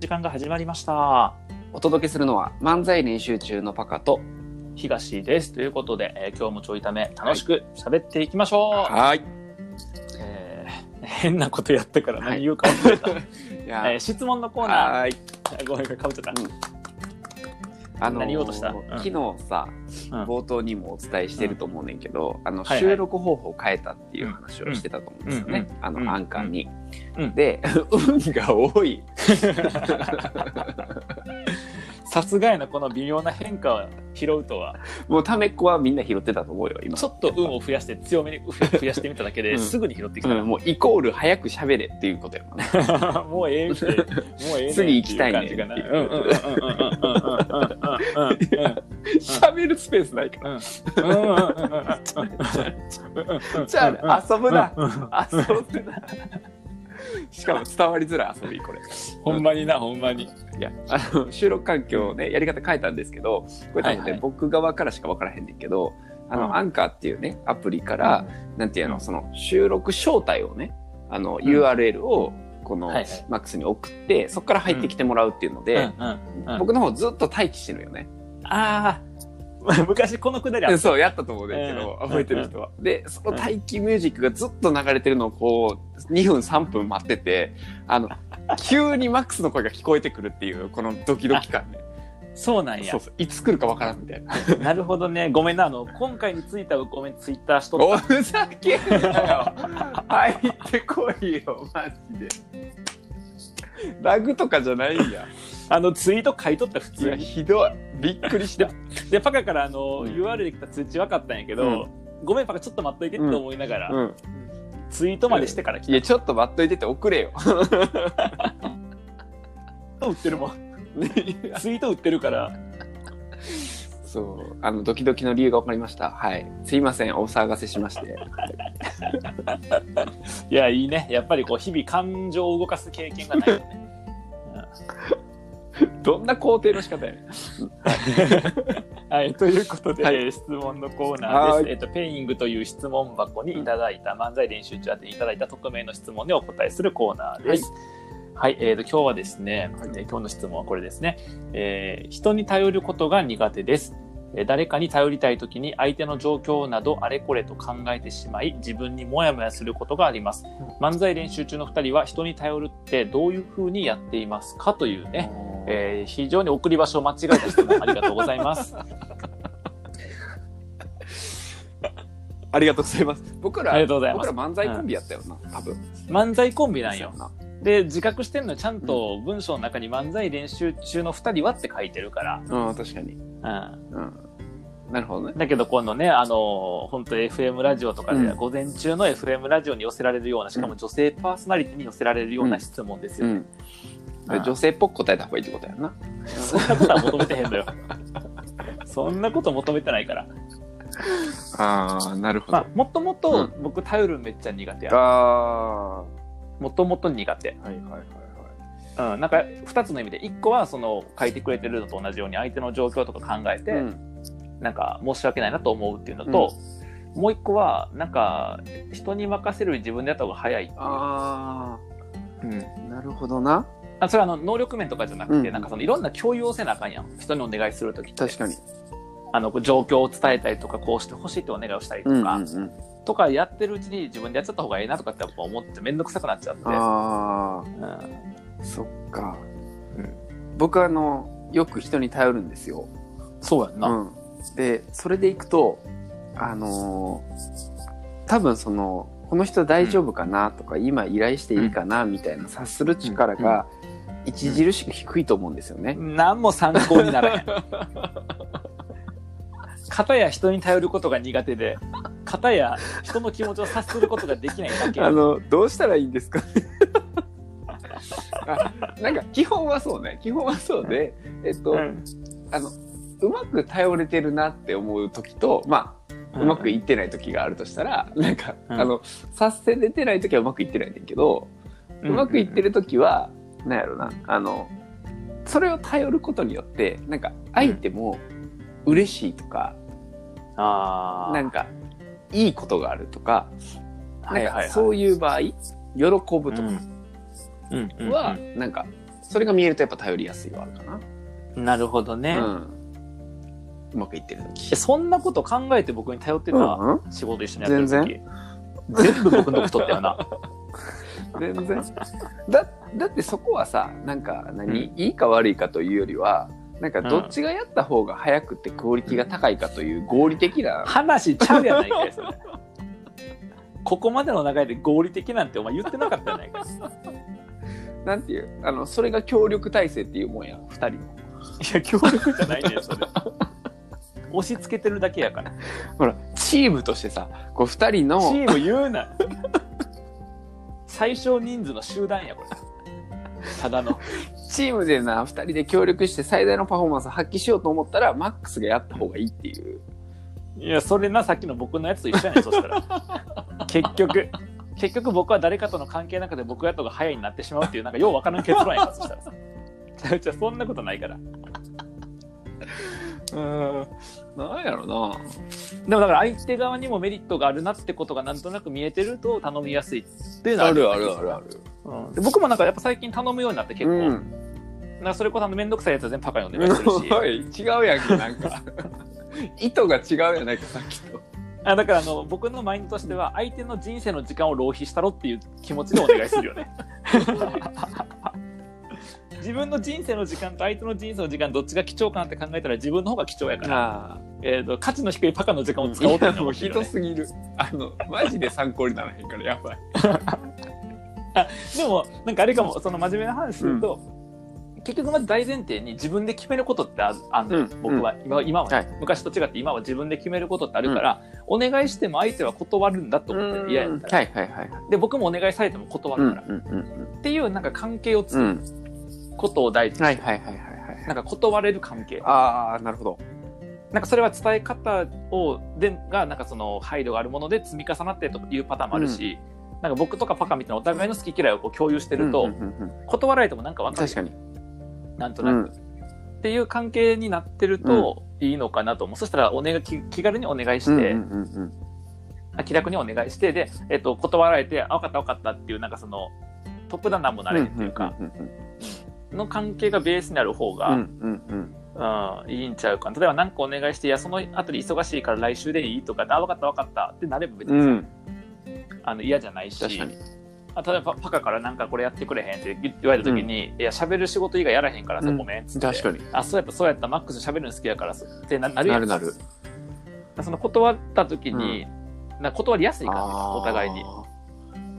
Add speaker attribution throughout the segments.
Speaker 1: 時間が始まりました。
Speaker 2: お届けするのは漫才練習中のパカと。
Speaker 1: 東です。ということで、えー今日もちょいため楽しく喋っていきましょう。
Speaker 2: はい。
Speaker 1: えー変なことやったから
Speaker 2: はい
Speaker 1: 何言うか忘れた。
Speaker 2: い
Speaker 1: え
Speaker 2: やー
Speaker 1: ー質問のコーナー。
Speaker 2: はーい。
Speaker 1: ごめん、かぶっちゃった。
Speaker 2: あのー
Speaker 1: 何言おうとしたうん
Speaker 2: 昨日さ、
Speaker 1: うん
Speaker 2: 冒頭にもお伝えしてると思うねんけど、あの
Speaker 1: はいはい
Speaker 2: 収録方法を変えたっていう話をしてたと思うんですよね、あ
Speaker 1: うん
Speaker 2: のアンカーに。
Speaker 1: うん
Speaker 2: で 「運が多い
Speaker 1: さすがやな、この微妙な変化を拾うとは。」
Speaker 2: もうためっこはみんな拾ってたと思うよ今
Speaker 1: ちょっと運を増やして、強めに増やしてみただけで、
Speaker 2: うん
Speaker 1: すぐに拾ってき
Speaker 2: うん、もうイコール早く喋れっていうことやもんね
Speaker 1: た。もうええって、もうええねんってう感じかな。
Speaker 2: 次行きたいね
Speaker 1: う
Speaker 2: ん
Speaker 1: んうんうんうんうんうんうんうんうんうんうん。
Speaker 2: 喋るスペースないから
Speaker 1: じ
Speaker 2: じゃあ遊ぶな
Speaker 1: な。
Speaker 2: 遊んで なしかも伝わりづらい遊びこれ
Speaker 1: ほんまにな、ほんまに。
Speaker 2: いやあの収録環境をねやり方変えたんですけどこれ多分ね、
Speaker 1: はいはい
Speaker 2: 僕側からしか分からへんねんけどあの、
Speaker 1: うん
Speaker 2: アンカーっていうねアプリから、なんていうの、
Speaker 1: うん
Speaker 2: その収録招待をねあの、
Speaker 1: ん
Speaker 2: URL をこの、
Speaker 1: はいはい
Speaker 2: マックスに送ってそこから入ってきてもらうっていうの
Speaker 1: うんう
Speaker 2: で、
Speaker 1: んうん
Speaker 2: 僕の方ずっと待機してるよね、
Speaker 1: ああ、 昔このくだりあった。
Speaker 2: そうやったと思うねんだけど、
Speaker 1: うん
Speaker 2: 覚えてる人は、でその待機ミュージックがずっと流れてるのをこう2分3分待ってて あの急にマックスの声が聞こえてくるっていうこのドキドキ感ね
Speaker 1: そうなんや
Speaker 2: そう。そういつ来るかわからんみたいな
Speaker 1: なるほどね。ごめんな、あの、今回についてはごめん、ツイッターしとっ
Speaker 2: おふざけんなよ入ってこいよマジでラグとかじゃないんや
Speaker 1: た。あの、ツイート書いとった、普
Speaker 2: い
Speaker 1: 通
Speaker 2: や
Speaker 1: に。
Speaker 2: ひどいびっくり した
Speaker 1: で、パカからあの、
Speaker 2: うん
Speaker 1: URL で来た通知分かったんやけ
Speaker 2: う
Speaker 1: ど、ごめん、パカちょっと待っといてって思いながら、
Speaker 2: ん
Speaker 1: ツイートまでしてから
Speaker 2: い
Speaker 1: 来
Speaker 2: やちょっと待っといてて遅れよ
Speaker 1: た。売ってるもん。ツイート売ってるから、
Speaker 2: そうあのドキドキの理由が分かりましたはいすいませんお騒がせしまして
Speaker 1: いや、いいね。やっぱりこう、日々感情を動かす経験がないよね。
Speaker 2: どんな工程の仕方やねん
Speaker 1: はい、ということで、
Speaker 2: はい
Speaker 1: えー質問のコーナー
Speaker 2: は
Speaker 1: です。えっ、と、ペイングという質問箱にいただいた、漫才練習中宛てにいただいた匿名の質問にお答えするコーナーです。はい、えー、と、今日はですね、
Speaker 2: はい
Speaker 1: えー今日の質問はこれですね。えー人に頼ることが苦手です。えー誰かに頼りたいときに相手の状況などあれこれと考えてしまい自分にもやもやすることがあります漫才練習中の2人は人に頼るってどういうふうにやっていますかというね、えー非常に送り場所を間違えた質問ありがとうございます
Speaker 2: ありがとうございます僕ら
Speaker 1: ありがとうございます
Speaker 2: 僕ら漫才コンビやったよな多分
Speaker 1: 漫才コンビなんよ
Speaker 2: そうや
Speaker 1: で自覚してんのちゃんと文章の中に漫才練習中の2人はって書いてるか
Speaker 2: なうん確かに
Speaker 1: ら、
Speaker 2: うんなるほどね
Speaker 1: うん、だけど今度ねあの本当 FM ラジオとかで
Speaker 2: うん
Speaker 1: 午前中の FM ラジオに寄せられるようなしかも女性パーソナリティに寄せられるよう
Speaker 2: う
Speaker 1: なん質問です
Speaker 2: う
Speaker 1: よ、
Speaker 2: ん
Speaker 1: うん
Speaker 2: 女性っぽく答えた方がいいってことやな
Speaker 1: そんなことは求めてへんのよ そんなこと求めてないから、
Speaker 2: ああなるほ
Speaker 1: まあ、もともと僕頼るめっちゃ苦手や
Speaker 2: あ
Speaker 1: もともと苦手、
Speaker 2: あはいはいはいはい
Speaker 1: うん、なんか2つの意味で1個はその書いてくれてるのと同じように相手の状況とか考えて、
Speaker 2: うん
Speaker 1: なんか申し訳ないなと思うっていうのと、もう一個はなんか人に任せるより自分でやった方が早いっていうあ、
Speaker 2: あ
Speaker 1: うん
Speaker 2: あなるほどな
Speaker 1: あそれはあの能力面とかじゃなくて、
Speaker 2: うん
Speaker 1: なんかそのいろんな共有をせなあかんやん人にお願いする時って
Speaker 2: 確かに
Speaker 1: あのこう状況を伝えたりとかこうしてほしいってお願いをしたりとか、
Speaker 2: うん、
Speaker 1: とかやってるうちに自分でやっちゃった方がええなとかってやっぱ思って面倒くさくなっちゃって、
Speaker 2: あ
Speaker 1: うん
Speaker 2: あそっか、
Speaker 1: う
Speaker 2: 僕はあのよく人に頼るんですよ、
Speaker 1: そうやんな、
Speaker 2: うん、でそれでいくとあのー多分そのこの人大丈夫かなとか、今依頼していいかなみたいな察する力が著しく低いと思うんですよね、
Speaker 1: 何も参考にならへん。片や人に頼ることが苦手で、片や人の気持ちを察することができないだけ。
Speaker 2: あのどうしたらいいんですかあなんか基本はそうね基本はそうで、えっと、
Speaker 1: うん
Speaker 2: あのうまく頼れてるなって思う時と、まあ、うまくいってない時があるとしたら、なんか、
Speaker 1: うん
Speaker 2: あの察せれてない時はうまくいってないんだけど、うまくいって。る時はなんやろなあのそれを頼ることによってなんか相手も嬉しいとか、
Speaker 1: ああ。
Speaker 2: なんかいいことがあるとか,、
Speaker 1: はいはい
Speaker 2: なん
Speaker 1: はい。
Speaker 2: かそういう場合喜ぶとか
Speaker 1: うんうんうんうん
Speaker 2: は、なんかそれが見えるとやっぱ頼りやすいはあるかな、
Speaker 1: なるほどね、
Speaker 2: うん、うまくいってる時
Speaker 1: えそんなこと考えて僕に頼ってた、
Speaker 2: うん
Speaker 1: 仕事一緒にやってる
Speaker 2: 全
Speaker 1: 時全部僕のことったよな
Speaker 2: 全然だだってそこはさなんか何、いいか悪いかというよりはなんかどっちがやった方が早くてクオリティが高いかという合理的な、
Speaker 1: 話ちゃうやないかいそれここまでの流れで合理的なんてお前言ってなかったやないかい
Speaker 2: なんていうあのそれが協力体制っていうもんや2人の
Speaker 1: いや協力じゃないねそれ押し付けてるだけやからチ
Speaker 2: ほらチームとしてさこう2人の
Speaker 1: ーム言うな最小人数の集団やこれただの
Speaker 2: チームでな2人で協力して最大のパフォーマンスを発揮しようと思ったらマックスがやった方がいいっていう
Speaker 1: いやそれなさっきの僕のやつと一緒やねんそしたら結局結局僕は誰かとの関係の中で僕やった方が早いになってしまうっていうなんかようわからん結論やんそしたらさちゃうちゃうそんなことないから
Speaker 2: うんなんやろな
Speaker 1: でもだから相手側にもメリットがあるなってことがなんとなく見えてると頼みやすいっていうのは
Speaker 2: ある
Speaker 1: うんで僕もなんかやっぱ最近頼むようになって結構、
Speaker 2: う
Speaker 1: なん
Speaker 2: ん
Speaker 1: かそれこそあの面倒くさいやつは全部パカにお願いしてるし
Speaker 2: おい違うやんけなんか 意図が違うやないかさっきと
Speaker 1: あだからあの僕のマインドとしては相手の人生の時間を浪費したろっていう気持ちでお願いするよね自分の人生の時間と相手の人生の時間どっちが貴重かなって考えたら自分の方が貴重やから、
Speaker 2: あ
Speaker 1: えー、と価値の低いパカの時間を使おうっ
Speaker 2: い
Speaker 1: てい
Speaker 2: や
Speaker 1: うの
Speaker 2: も
Speaker 1: は
Speaker 2: うひどすぎるあのマジで参考にならへんからやばい
Speaker 1: でもなんかあれかもその真面目な話すると、結局まず大前提に自分で決めることってああんの、
Speaker 2: うん
Speaker 1: 僕は今今は、ね
Speaker 2: はい
Speaker 1: 昔と違って今は自分で決めることってあるから、お願いしても相手は断るんだと思って嫌やったら、
Speaker 2: はいはいはい
Speaker 1: で僕もお願いされても断
Speaker 2: う
Speaker 1: る
Speaker 2: んう
Speaker 1: から、
Speaker 2: ん
Speaker 1: っていうなんか関係を
Speaker 2: う
Speaker 1: 作る
Speaker 2: ん
Speaker 1: ことを大事に、
Speaker 2: はいはいはいはいはい
Speaker 1: なんか断れる関係
Speaker 2: ああなるほど
Speaker 1: なんかそれは伝え方をでがなんかその配慮があるもので積み重なってというパターンもあるし、なんか僕とかパカみたいなお互いの好き嫌いをこう共有してると、
Speaker 2: うんうんうんうん
Speaker 1: 断られてもなんかわかる
Speaker 2: 確かに
Speaker 1: なんとなく、っていう関係になってるといいのかなと思う、そしたらお願い気気軽にお願いして、
Speaker 2: うんうんうんうん
Speaker 1: あ気楽にお願いしてで、えっと、断られて「あ分かった分かった」っていうなんかそのトップダウンなんもなれへんっていうか、
Speaker 2: うんうん
Speaker 1: の関係がベースになる方が、
Speaker 2: う
Speaker 1: うん
Speaker 2: んうん
Speaker 1: いいんちゃうかな例えば何かお願いして「いやそのあたり忙しいから来週でいい」とか「あ分かった分かった」ってなれば別に、
Speaker 2: うんうん
Speaker 1: あの嫌じゃないし
Speaker 2: 確かに
Speaker 1: あ例えばパカから「なんかこれやってくれへん」って言われた時に「いや喋る仕事以外やらへんからさ、
Speaker 2: うん
Speaker 1: ごめん」っつって
Speaker 2: 確かに
Speaker 1: あそうやったそうやったマックス喋るの好きやからってななるや
Speaker 2: なんるなる
Speaker 1: その断った時に、なんか断りやすいからね
Speaker 2: あー
Speaker 1: お互いに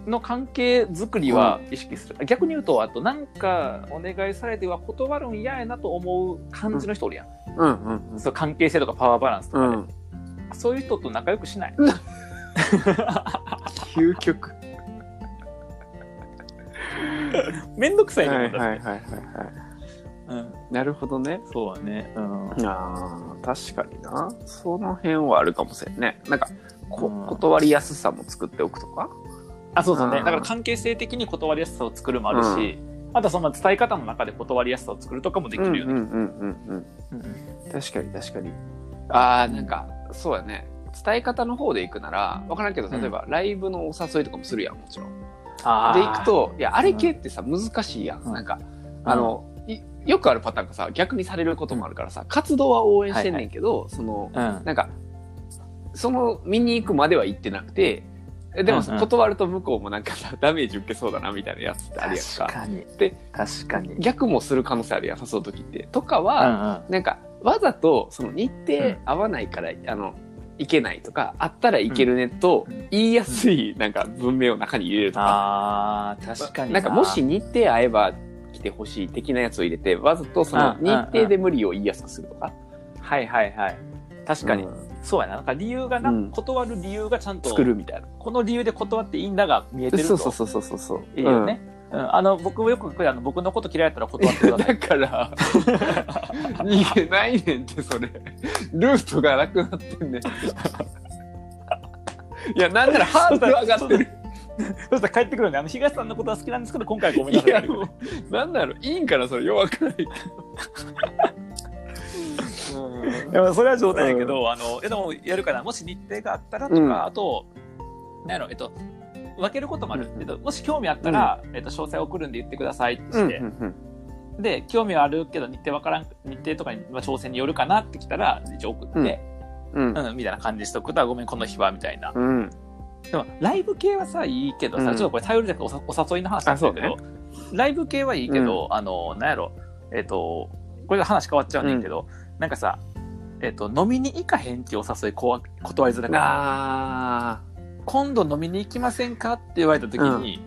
Speaker 1: の関係づくりは意識する、逆に言うとあとなんかお願いされては断るん嫌やなと思う感じの人おるやん、
Speaker 2: うんうん
Speaker 1: そう関係性とかパワーバランスと
Speaker 2: う
Speaker 1: か
Speaker 2: ん
Speaker 1: で、
Speaker 2: うん
Speaker 1: そういう人と仲良くしない
Speaker 2: 究極
Speaker 1: 面倒くさ
Speaker 2: はいい
Speaker 1: ね、
Speaker 2: は
Speaker 1: ま
Speaker 2: いはい
Speaker 1: だ
Speaker 2: はいはい
Speaker 1: うん、
Speaker 2: なるほどね
Speaker 1: そうだね、うん
Speaker 2: あー確かになその辺はあるかもしれんねなんかこ、
Speaker 1: うん
Speaker 2: 断りやすさも作っておくとか
Speaker 1: あそうそうね
Speaker 2: うん
Speaker 1: だから関係性的に断りやすさを作るもあるし、あとはその伝え方の中で断りやすさを作るとかもできるよね、
Speaker 2: うんうんうん
Speaker 1: うんうん
Speaker 2: うん確かに確かにあーなんかそうやね伝え方の方で行くなら分からんけど例えば、ライブのお誘いとかもするやんもちろんで
Speaker 1: あー
Speaker 2: 行くといやあれ系ってさ難しいやん、
Speaker 1: うん
Speaker 2: なんかあの、いよくあるパターンがさ逆にされることもあるからさ活動は応援してんねんけど、その
Speaker 1: うん
Speaker 2: なんかその見に行くまでは行ってなくてえでもさ、
Speaker 1: うんうん
Speaker 2: 断ると向こうもなんか さダメージ受けそうだなみたいなやつってあるやんか
Speaker 1: 確かに
Speaker 2: で
Speaker 1: 確かに
Speaker 2: 逆もする可能性あるやん誘う時ってとか
Speaker 1: うん
Speaker 2: は、
Speaker 1: うん
Speaker 2: なんかわざとその日
Speaker 1: うん
Speaker 2: 程合わないから、あの行けないとかあったら行けるねと
Speaker 1: うん
Speaker 2: 言いやすいなんか文明を中に入れるとか、
Speaker 1: あー確かに
Speaker 2: なんかもし日程合えば来てほしい的なやつを入れてわざとその
Speaker 1: うん
Speaker 2: 日程で無理を言いやすくするとか、
Speaker 1: はいはいはい確かに、そうやななんか理由がな、
Speaker 2: うん
Speaker 1: 断る理由がちゃんと
Speaker 2: 作るみたいな。
Speaker 1: この理由で断っていいんだが見えてると
Speaker 2: そうそうそうそうそう
Speaker 1: いいよね、うんあの僕もよくこれあの僕のこと嫌いだったら断ってください
Speaker 2: だから、逃げないねんって、それ。ルートがなくなってんねん。いや、なんならハードル上がってる。
Speaker 1: そしたら帰ってくるんであの東さんのことは好きなんですけど今回はごめんないさい
Speaker 2: や、もう、なんなの、いいんかな、それ、弱くないけど。
Speaker 1: いやそれは冗談やけど、あのえでもやるからもし日程があったらとか、
Speaker 2: うん
Speaker 1: あとなんやろえっと分けることもある、
Speaker 2: うん
Speaker 1: えっと、もし興味あったら、えっと、詳細送るんで言ってくださいってして、
Speaker 2: うん
Speaker 1: で興味はあるけど日程わからん日程とかに、まあ、挑戦によるかなってきたら一応送って、
Speaker 2: うん
Speaker 1: うんみたいな感じにしとくとあごめんこの日はみたいな
Speaker 2: うん
Speaker 1: でもライブ系はさいいけどさ、
Speaker 2: うん
Speaker 1: ちょっとこれ頼りじゃなくておさお誘いの話なんだけど、
Speaker 2: あ
Speaker 1: ライブ系はいいけど、あのなんやろえっ、とこれで話変わっちゃうねんけど、なんかさえっと飲みに行かへんっていうお誘いこわ断りづらくない
Speaker 2: あ
Speaker 1: 今度飲みに行きませんかって言われた時に、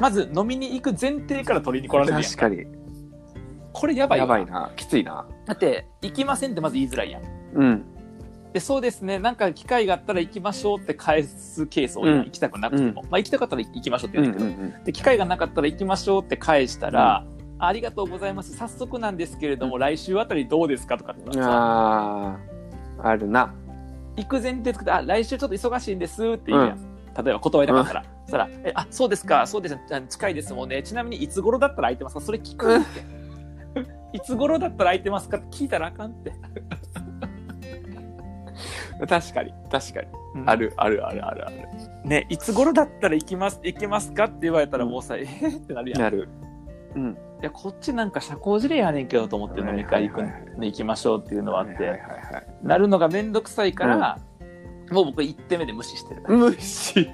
Speaker 1: まず飲みに行く前提から取りに来られるやん
Speaker 2: 確かに
Speaker 1: これやばいよ
Speaker 2: やばいなきついな
Speaker 1: だって行きませんってまず言いづらいやん
Speaker 2: うん
Speaker 1: でそうですねなんか機会があったら行きましょうって返すケースを今
Speaker 2: うん
Speaker 1: 行きたくなくても、まあ、行きたかったら行きましょうって
Speaker 2: う
Speaker 1: 言
Speaker 2: ん
Speaker 1: う
Speaker 2: うん
Speaker 1: だけど、
Speaker 2: ん
Speaker 1: で機会がなかったら行きましょうって返したら、あありがとうございます早速なんですけれども、来週あたりどうですかとかってさ
Speaker 2: あーあるな
Speaker 1: 行く前提作ってあ来週ちょっと忙しいんですって言うやん、例えば断りたかったら、そしたらえあそうですかそうですねあ近いですもんねちなみにいつ頃だったら空いてますかそれ聞くって いつ頃だったら空いてますかって聞いたらあかんって
Speaker 2: 確かに確かに
Speaker 1: ある
Speaker 2: るあるあるあるある
Speaker 1: ねいつ頃だったら行きます行けますかって言われたらもうさ、えーってなるやん
Speaker 2: なるうん
Speaker 1: いやこっちなんか社交辞令やねんけどと思って飲み会行く、
Speaker 2: はいはいはい
Speaker 1: で行きましょうっていうのはあって、
Speaker 2: はいはいはいはい
Speaker 1: なるのが面倒くさいから、もう僕1手目で無視してる、
Speaker 2: 無視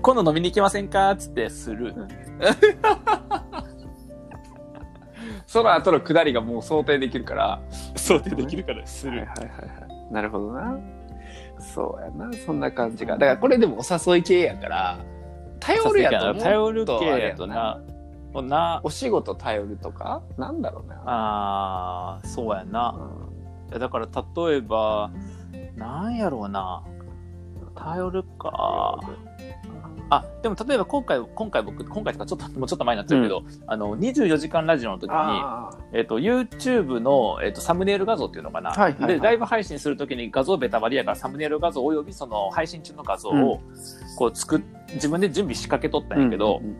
Speaker 1: 今度飲みに行きませんかっつってスルー、
Speaker 3: その後の下りがもう想定できるから、
Speaker 1: 想定できるからス
Speaker 2: はい
Speaker 1: ル
Speaker 2: はい
Speaker 1: ー、
Speaker 2: はいはいなるほどなそうやなそんな感じがだからこれでもお誘い系やから頼るやと思う
Speaker 1: 頼る系
Speaker 2: とあれ
Speaker 1: や
Speaker 2: や
Speaker 1: と
Speaker 2: と
Speaker 1: な
Speaker 2: な
Speaker 1: もうな
Speaker 2: お仕事頼るとかなんだろうな
Speaker 1: あーそうやないうやだから例えばなんやろうな頼るかあでも例えば今回今回僕今回とかちょっともうちょっと前になっちゃうけど、あの24時間ラジオの時に
Speaker 2: あー
Speaker 1: えっと YouTube の、えっとサムネイル画像っていうのかな、
Speaker 2: はいはいはい
Speaker 1: でライブ配信するときに画像ベタバリやからサムネイル画像およびその配信中の画像をこう作っ自分で準備仕掛けとったんやけど、
Speaker 2: うん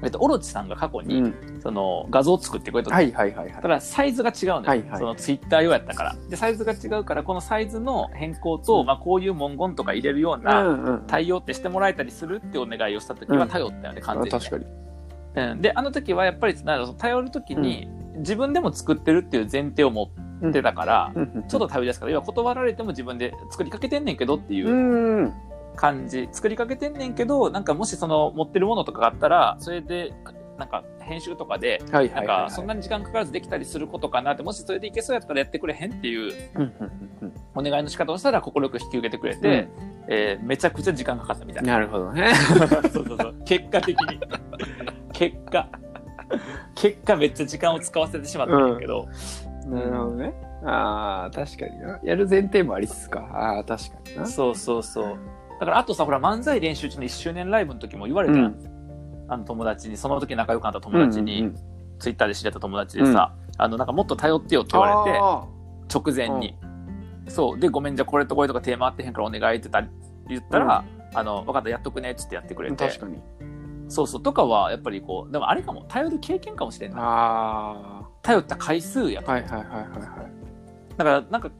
Speaker 1: えっとオロチさんが過去
Speaker 2: うんう
Speaker 1: に
Speaker 2: ん
Speaker 1: その画像を作ってくれた、
Speaker 2: はいはいはいはい
Speaker 1: ただサイズが違うのよ、
Speaker 2: はいはい
Speaker 1: その Twitter 用やったからでサイズが違うからこのサイズの変更と、まあ、こういう文言とか入れるような
Speaker 2: うんうん
Speaker 1: 対応ってしてもらえたりするってお願いをしたときは頼ったよね、完全にね、
Speaker 2: あ確かに
Speaker 1: うん、であの時はやっぱりなんだろう頼る時に自分でも作ってるっていう前提を持ってたから、ち
Speaker 2: ち
Speaker 1: ょっと頼りやすかった要は断られても自分で作りかけてんねんけどっていううん
Speaker 2: うん
Speaker 1: 感じ、作りかけてんねんけどなんかもしその持ってるものとかがあったらそれでなんか編集とかで。
Speaker 2: はい
Speaker 1: な
Speaker 2: は
Speaker 1: ん
Speaker 2: い
Speaker 1: か
Speaker 2: は
Speaker 1: そん
Speaker 2: い
Speaker 1: なに時間かからずできたりすることかなってもしそれでいけそうやったらやってくれへんっていう
Speaker 2: うんうんうん
Speaker 1: お願いの仕方をしたら快く引き受けてくれて、えーめちゃくちゃ時間かかったみたいな
Speaker 2: うんなるほどね
Speaker 1: そうそうそう結果的に結果結果めっちゃ時間を使わせてしまったんだけど、
Speaker 2: なるほどねああ確かになやる前提もありつつかああ確かにな
Speaker 1: そうそうそうだからあとさほら漫才練習中の1周年ライブの時も言われた、
Speaker 2: うん
Speaker 1: あの友達にその時仲良かった友達に、
Speaker 2: うんうんうん
Speaker 1: ツイッターで知り合った友達でさ、あのなんかもっと頼ってよって言われて
Speaker 2: あ
Speaker 1: 直前に、そうでごめんじゃあこれとこれとかテーマ合ってへんからお願いってた言ったら、あの分かったやっとくねっつってやってくれ
Speaker 2: ー
Speaker 1: て
Speaker 2: 確かに
Speaker 1: そうそうとかはやっぱりこうでもあれかも頼る経験かもしれんない
Speaker 2: あ
Speaker 1: 頼った回数やと
Speaker 2: あはいはいはいはいはい
Speaker 1: だからなんか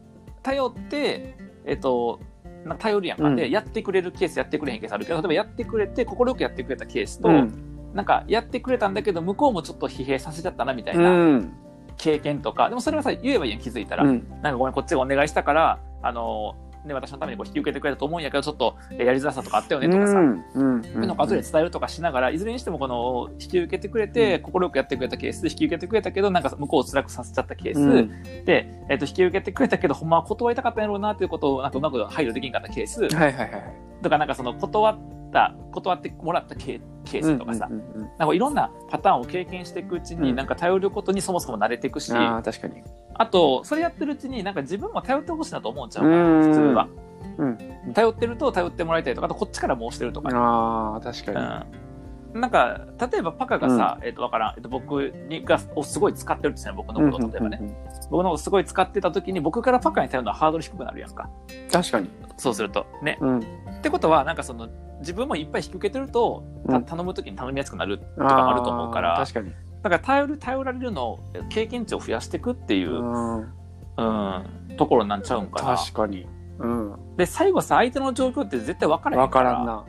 Speaker 1: 頼ってえっとな頼るやんか、
Speaker 2: うん
Speaker 1: でやってくれるケースやってくれへんケースあるけど例えばやってくれて快くやってくれたケースと、
Speaker 2: うん
Speaker 1: なんかやってくれたんだけど向こうもちょっと疲弊させちゃったなみたいうなん経験とか、でもそれはさ言えばいいやん気づいたら、
Speaker 2: うん
Speaker 1: なんかごめんこっちがお願いしたからあのね私のためにこう引き受けてくれたと思うんやけどちょっとえやりづらさとかあったよねとかさ、
Speaker 2: うんうん
Speaker 1: そういうのを後で伝えるとかしながらいずれにしてもこの引き受けてくれて快くやってくれたケース引き受けてくれたけどなんか向こうを辛くさせちゃったケース、
Speaker 2: うん
Speaker 1: で、えっと引き受けてくれたけど、ほんまは断りたかったんやろうなということをなんかうまく配慮できんかったケース
Speaker 2: はいはいはい
Speaker 1: とか、なんかその断った、断ってもらったケケースとかさ、
Speaker 2: うんうんうん
Speaker 1: なんかいろんなパターンを経験していくうちに、
Speaker 2: うん
Speaker 1: なんか頼ることにそもそも慣れていくし、
Speaker 2: ああ確かに
Speaker 1: あと、それやってるうちに、なんか自分も頼ってほしいなと思うんちゃうか
Speaker 2: うん
Speaker 1: な、普通は。
Speaker 2: うん
Speaker 1: 頼ってると頼ってもらいたいとか、あとこっちから申してるとかね、
Speaker 2: ああ確か
Speaker 1: うん、なんか例えばパカがさ、えっとわからん、えっと、僕にがをすごい使ってるんですね僕
Speaker 2: に
Speaker 1: のことを例えばね、
Speaker 2: うんうんうん
Speaker 1: 僕のことをすごい使ってた時に僕からパカに頼るのはハードル低くなるやんか
Speaker 2: 確かに
Speaker 1: そうするとね
Speaker 2: うん
Speaker 1: ってことはなんかその自分もいっぱい引き受けてると、た
Speaker 2: うん
Speaker 1: 頼む時に頼みやすくなるとかもあると思うから
Speaker 2: あー確かに
Speaker 1: だから頼る頼られるのを経験値を増やしていくっていう、うん
Speaker 2: うん
Speaker 1: ところなんちゃうんかな
Speaker 2: 確かにうん
Speaker 1: で最後さ相手の状況って絶対分からへん
Speaker 2: 分
Speaker 1: か
Speaker 2: かららんな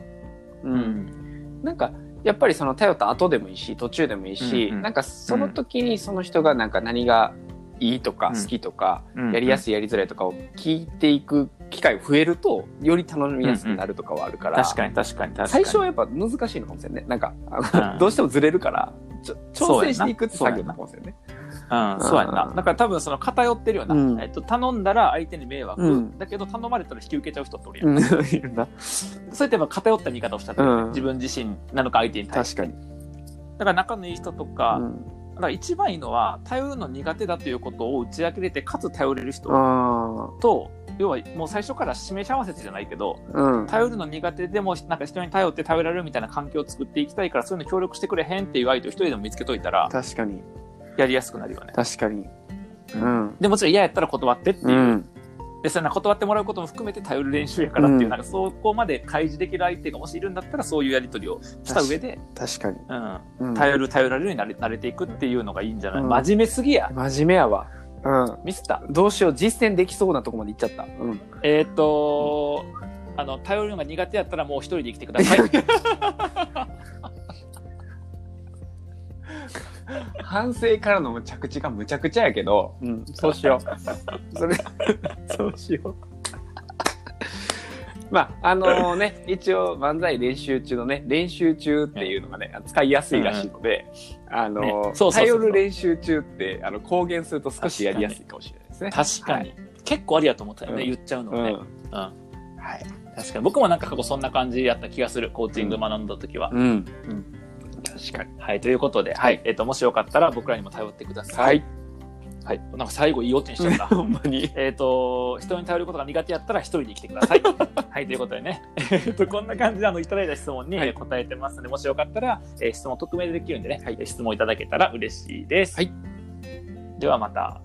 Speaker 2: う
Speaker 1: うんん
Speaker 2: なんかやっぱりその頼った後でもいいし途中でもいいし、
Speaker 3: うんうん
Speaker 2: なんかその時にその人がなんか何がいいとか
Speaker 3: うん
Speaker 2: 好きとか、
Speaker 3: うん
Speaker 2: やりやすいやりづらいとかを聞いていく機会増えるとより楽しみやすくなるとかはあるから、
Speaker 1: 確かに確かに確かに。
Speaker 2: 最初はやっぱ難しいのかもしれないなんかあの
Speaker 1: うん
Speaker 2: どうしてもずれるからちょ
Speaker 1: そ
Speaker 2: 調
Speaker 1: うやな
Speaker 2: 整していくって作業なのかもしれないね。
Speaker 1: うん、そうやんな
Speaker 2: う。ん
Speaker 1: だから多分その偏ってるよな。
Speaker 2: うん
Speaker 1: えっと、頼んだら相手に迷惑、
Speaker 2: うん
Speaker 1: だけど頼まれたら引き受けちゃう人っておるやん。
Speaker 2: うんいるな
Speaker 1: そうやってやっぱ偏った見方をしたってことね、
Speaker 2: うん
Speaker 1: 自分自身なのか相手に対し
Speaker 2: 確
Speaker 1: て。
Speaker 2: かに、
Speaker 1: だから仲のいい人と
Speaker 2: う
Speaker 1: か、
Speaker 2: ん、
Speaker 1: だから一番いいのは頼るの苦手だということを打ち明けれてかつ頼れる人
Speaker 2: あ
Speaker 1: と要はもう最初から指名者合わせてじゃないけど
Speaker 2: ーうん
Speaker 1: 頼るの苦手でもなんか人に頼って頼られるみたいな環境を作っていきたいからそういうの協力してくれへんっていう相手を一人でも見つけといたら
Speaker 2: 確かに
Speaker 1: やりやすくなるよね。
Speaker 2: 確かにうん
Speaker 1: でもちろん嫌やったら断ってっていうう、
Speaker 2: ん
Speaker 1: でそんな断ってもらうことも含めて頼る練習やからっていう、
Speaker 2: うん
Speaker 1: なんかそこまで開示できる相手がもしいるんだったらそういうやり取りをした上で、
Speaker 2: 確かに、
Speaker 1: うん、
Speaker 2: うん、
Speaker 1: 頼る頼られるようになれ慣れていくっていうのがいいんじゃない、
Speaker 2: うん
Speaker 1: 真面目すぎや
Speaker 2: 真面目やわうん
Speaker 1: ミスタ
Speaker 2: どうしよう実践できそうなとこまで行っちゃった。うん。
Speaker 1: えーっ、とあの頼るのが苦手やったらもう一人で生きてください
Speaker 3: 反省からの着地がむちゃくちゃやけど、
Speaker 2: うん。
Speaker 3: そうしよ
Speaker 2: それ
Speaker 1: そうしよ
Speaker 2: まああのね一応漫才練習中のね練習中っていうのがね使いやすいらしいので、あの
Speaker 1: ねそうそうそうそう
Speaker 2: 頼る練習中ってあの公言すると少しやりやすいかもしれないですね。
Speaker 1: 確かに、結構ありやと思ったよね、
Speaker 2: うん
Speaker 1: 言っちゃうの
Speaker 2: う
Speaker 1: はね、
Speaker 2: ん。
Speaker 1: うん
Speaker 2: はい。
Speaker 1: 確かに僕もなんか過去そんな感じやった気がするコーチング学んだ時は、
Speaker 2: うん。
Speaker 1: 確かにはいということで、はいえー、ともしよかったら僕らにも頼ってください、
Speaker 2: はい。
Speaker 1: はい、なんか最後いいオチにしちゃった
Speaker 2: ほんまに。
Speaker 1: えっ、と、人に頼ることが苦手やったら一人で生きてくださ い。はい、ということでね、えーとこんな感じであのいただいた質問にえー答えてますので、もしよかったら、えー質問匿名でできるんでね、えー質問いただけたら嬉しいです。
Speaker 2: はい
Speaker 1: ではまた。